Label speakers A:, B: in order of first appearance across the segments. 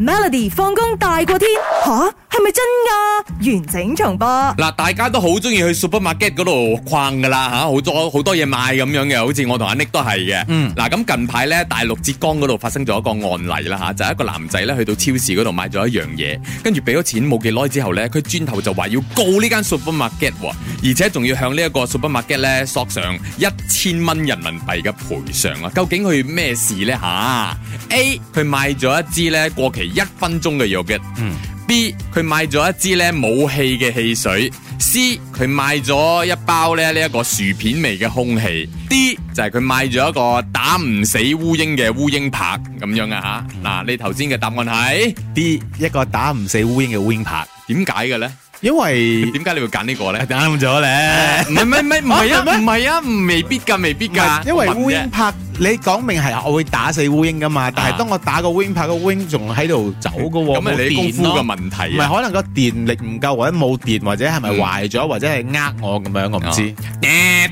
A: Melody 放工大過天吓，係咪真㗎？完整重播。
B: 嗱，大家都好中意去 supermarket 嗰度逛噶啦嚇，好多好多嘢買咁樣嘅，好似我同阿 Nick 都係嘅。
C: 嗯
B: 嗱咁近排咧，大陸浙江嗰度發生咗一個案例啦嚇，就係一個男仔咧去到超市嗰度買咗一樣嘢，跟住俾咗錢冇幾耐之後咧，佢轉頭就話要告呢間 supermarket 喎，而且仲要向呢一個 supermarket 咧索上一千蚊人民幣嘅賠償啊！究竟佢咩事咧嚇？A 佢買咗一支咧過期一分鐘嘅藥嘅。
C: 嗯
B: B 佢買咗一支咧冇氣嘅汽水，C 佢買咗一包咧呢一個薯片味嘅空氣，D 就係佢買咗一個打唔死烏蠅嘅烏蠅拍咁樣啊吓。嗱，你頭先嘅答案係
C: ，D 一個打唔死烏蠅嘅烏蠅拍，
B: 點解嘅咧？
C: 因為
B: 點解你會揀呢個咧？
C: 啱咗咧。
B: 唔 係唔係唔係唔係
C: 啊
B: 啊
C: 係咩
B: 唔係啊，唔未必㗎，未必㗎，
C: 因為
B: 我問
C: 烏
B: 啫
C: 蠅拍，你講明係我會打死烏蠅噶嘛，但係當我打個烏蠅拍，個烏蠅仲喺度走噶喎，
B: 咁係你功夫
C: 冇電咯
B: 嘅問
C: 唔
B: 題啊
C: 係。嗯可能個電力唔夠，或者冇電，或者係咪壞咗，或者係呃我咁樣，我唔知。
B: 誒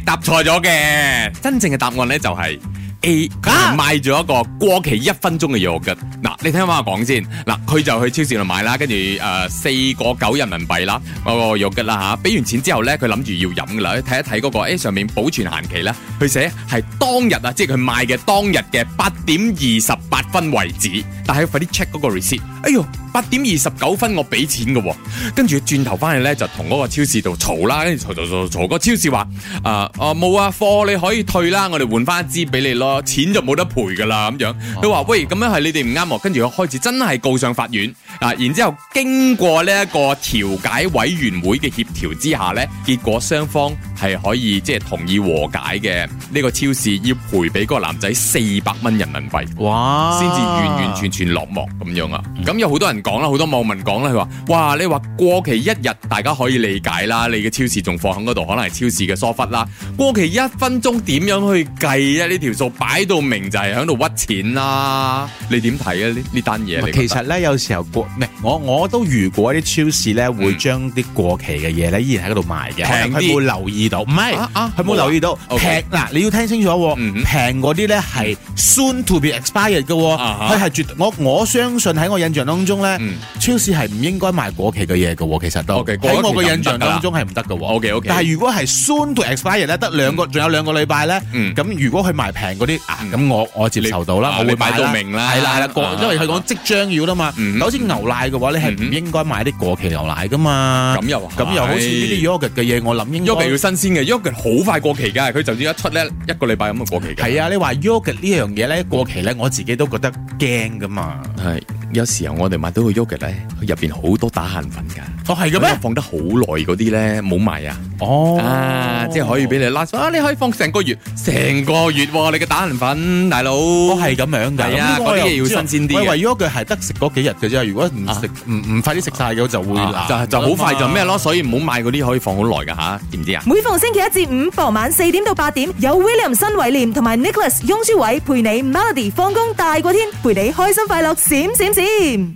B: 答錯咗嘅，真正嘅答案咧就係、A，佢係賣咗一個過期一分鐘嘅藥嘅。嗱，你聽翻我講先。嗱，佢就去超市度買啦，跟住誒四個九人民幣啦，嗰、個藥嘅啦嚇。俾完錢之後咧，佢諗住要飲噶啦，睇一睇嗰、個、誒上面保存限期啦，佢寫係當日啊，即係佢賣嘅當日嘅八點二十八分為止。但係快啲 check 嗰個 receipt，哎呦，八點二十九分我俾錢嘅喎、跟住轉頭翻去咧就同嗰個超市度嘈啦，跟住嘈嘈嘈嘈，個超市話：啊啊冇啊，貨你可以退啦，我哋換翻一支俾你咯，錢就冇得賠噶啦咁樣。佢話：喂，咁樣啊係你哋唔啱喎。跟住佢開始真係告上法院啊，然之後經過呢一個調解委員會嘅協調之下咧，結果雙方係可以即係同意和解嘅。呢個超市要賠俾嗰個男仔四百蚊人民幣。
C: 哇！
B: 先至完完全全落幕咁樣啊！咁有好多人講啦，好多網民講啦，佢話：哇，你話過期一日，大家可以理解啦。你嘅超市仲放喺嗰度，可能係超市嘅疏忽啦。過期一分鐘點樣去計啊？呢條數擺到明就係喺度屈錢啦。你點睇啊？呢呢單嘢
C: 唔係
B: 你
C: 其
B: 覺得
C: 實咧，有時候過唔係我我都遇過一啲超市咧，會將啲過期嘅嘢咧依然喺嗰度賣嘅，
B: 嗯平啲
C: 可能佢冇留意到，唔係
B: 啊啊
C: 佢冇
B: 冇啊
C: 留意到平
B: OK
C: 嗱，你要聽清楚喎，
B: 嗯哼
C: 平嗰啲咧係 soon to be expired 嘅喎，
B: 啊哈
C: 佢係絕我我相信喺我印象當中咧
B: 嗯，
C: 超市係唔應該賣過期嘅嘢嘅喎，其實都
B: OK，
C: 喺
B: 過
C: 我
B: 咗期
C: 嘅印
B: 就唔
C: 象
B: 得㗎啦
C: 當中係唔得嘅喎。
B: OK，OK
C: 但係如果係 soon to expire 咧，得兩個，仲有兩個禮拜咧，
B: 嗯
C: 咁如果佢賣平嗰啲啊，
B: 嗯
C: 咁我我接受到啦，
B: 你
C: 我會
B: 啊你擺到明啦
C: 係啦係啦，過
B: 啊
C: 因為佢講。即將要啦嘛。
B: 嗯
C: 但好似牛奶嘅話，你係唔
B: 嗯
C: 應該買啲過期牛奶噶嘛。
B: 咁又係
C: 咁又好似呢啲 yogurt 嘅嘢，我諗應該
B: yogurt 要新鮮嘅，yogurt 好快過期㗎，佢就算一出咧一個禮拜咁就過期㗎。
C: 係啊！你話 yogurt 呢樣嘢咧過期咧，我自己都覺得驚噶嘛。
B: 係有時候我哋買到個 yogurt 咧，佢入邊好多打限粉㗎。
C: 哦，係嘅
B: 咁？放得好耐嗰啲咧，冇賣啊！
C: 哦，
B: 啊，即係可以俾你 last 啊！你可以放成個月，成個月喎、你嘅打人粉，大佬。
C: 我哦係咁樣㗎。
B: 係啊
C: 咁我
B: 嗰啲
C: 又
B: 嘢要
C: 知道
B: 新鮮啲嘅
C: 我以為 yogurt 係得食嗰幾日嘅啫，如果唔食唔唔快啲食晒嘅，我就會
B: 啊就就好快就咩咯，所以唔好買嗰啲可以放好耐㗎吓，知唔知啊？
A: 每逢星期一至五傍晚四點到八點，有 William 新偉廉同埋 Nicholas 雍舒偉陪你 Melody 放工大過天，陪你開心快樂閃閃閃。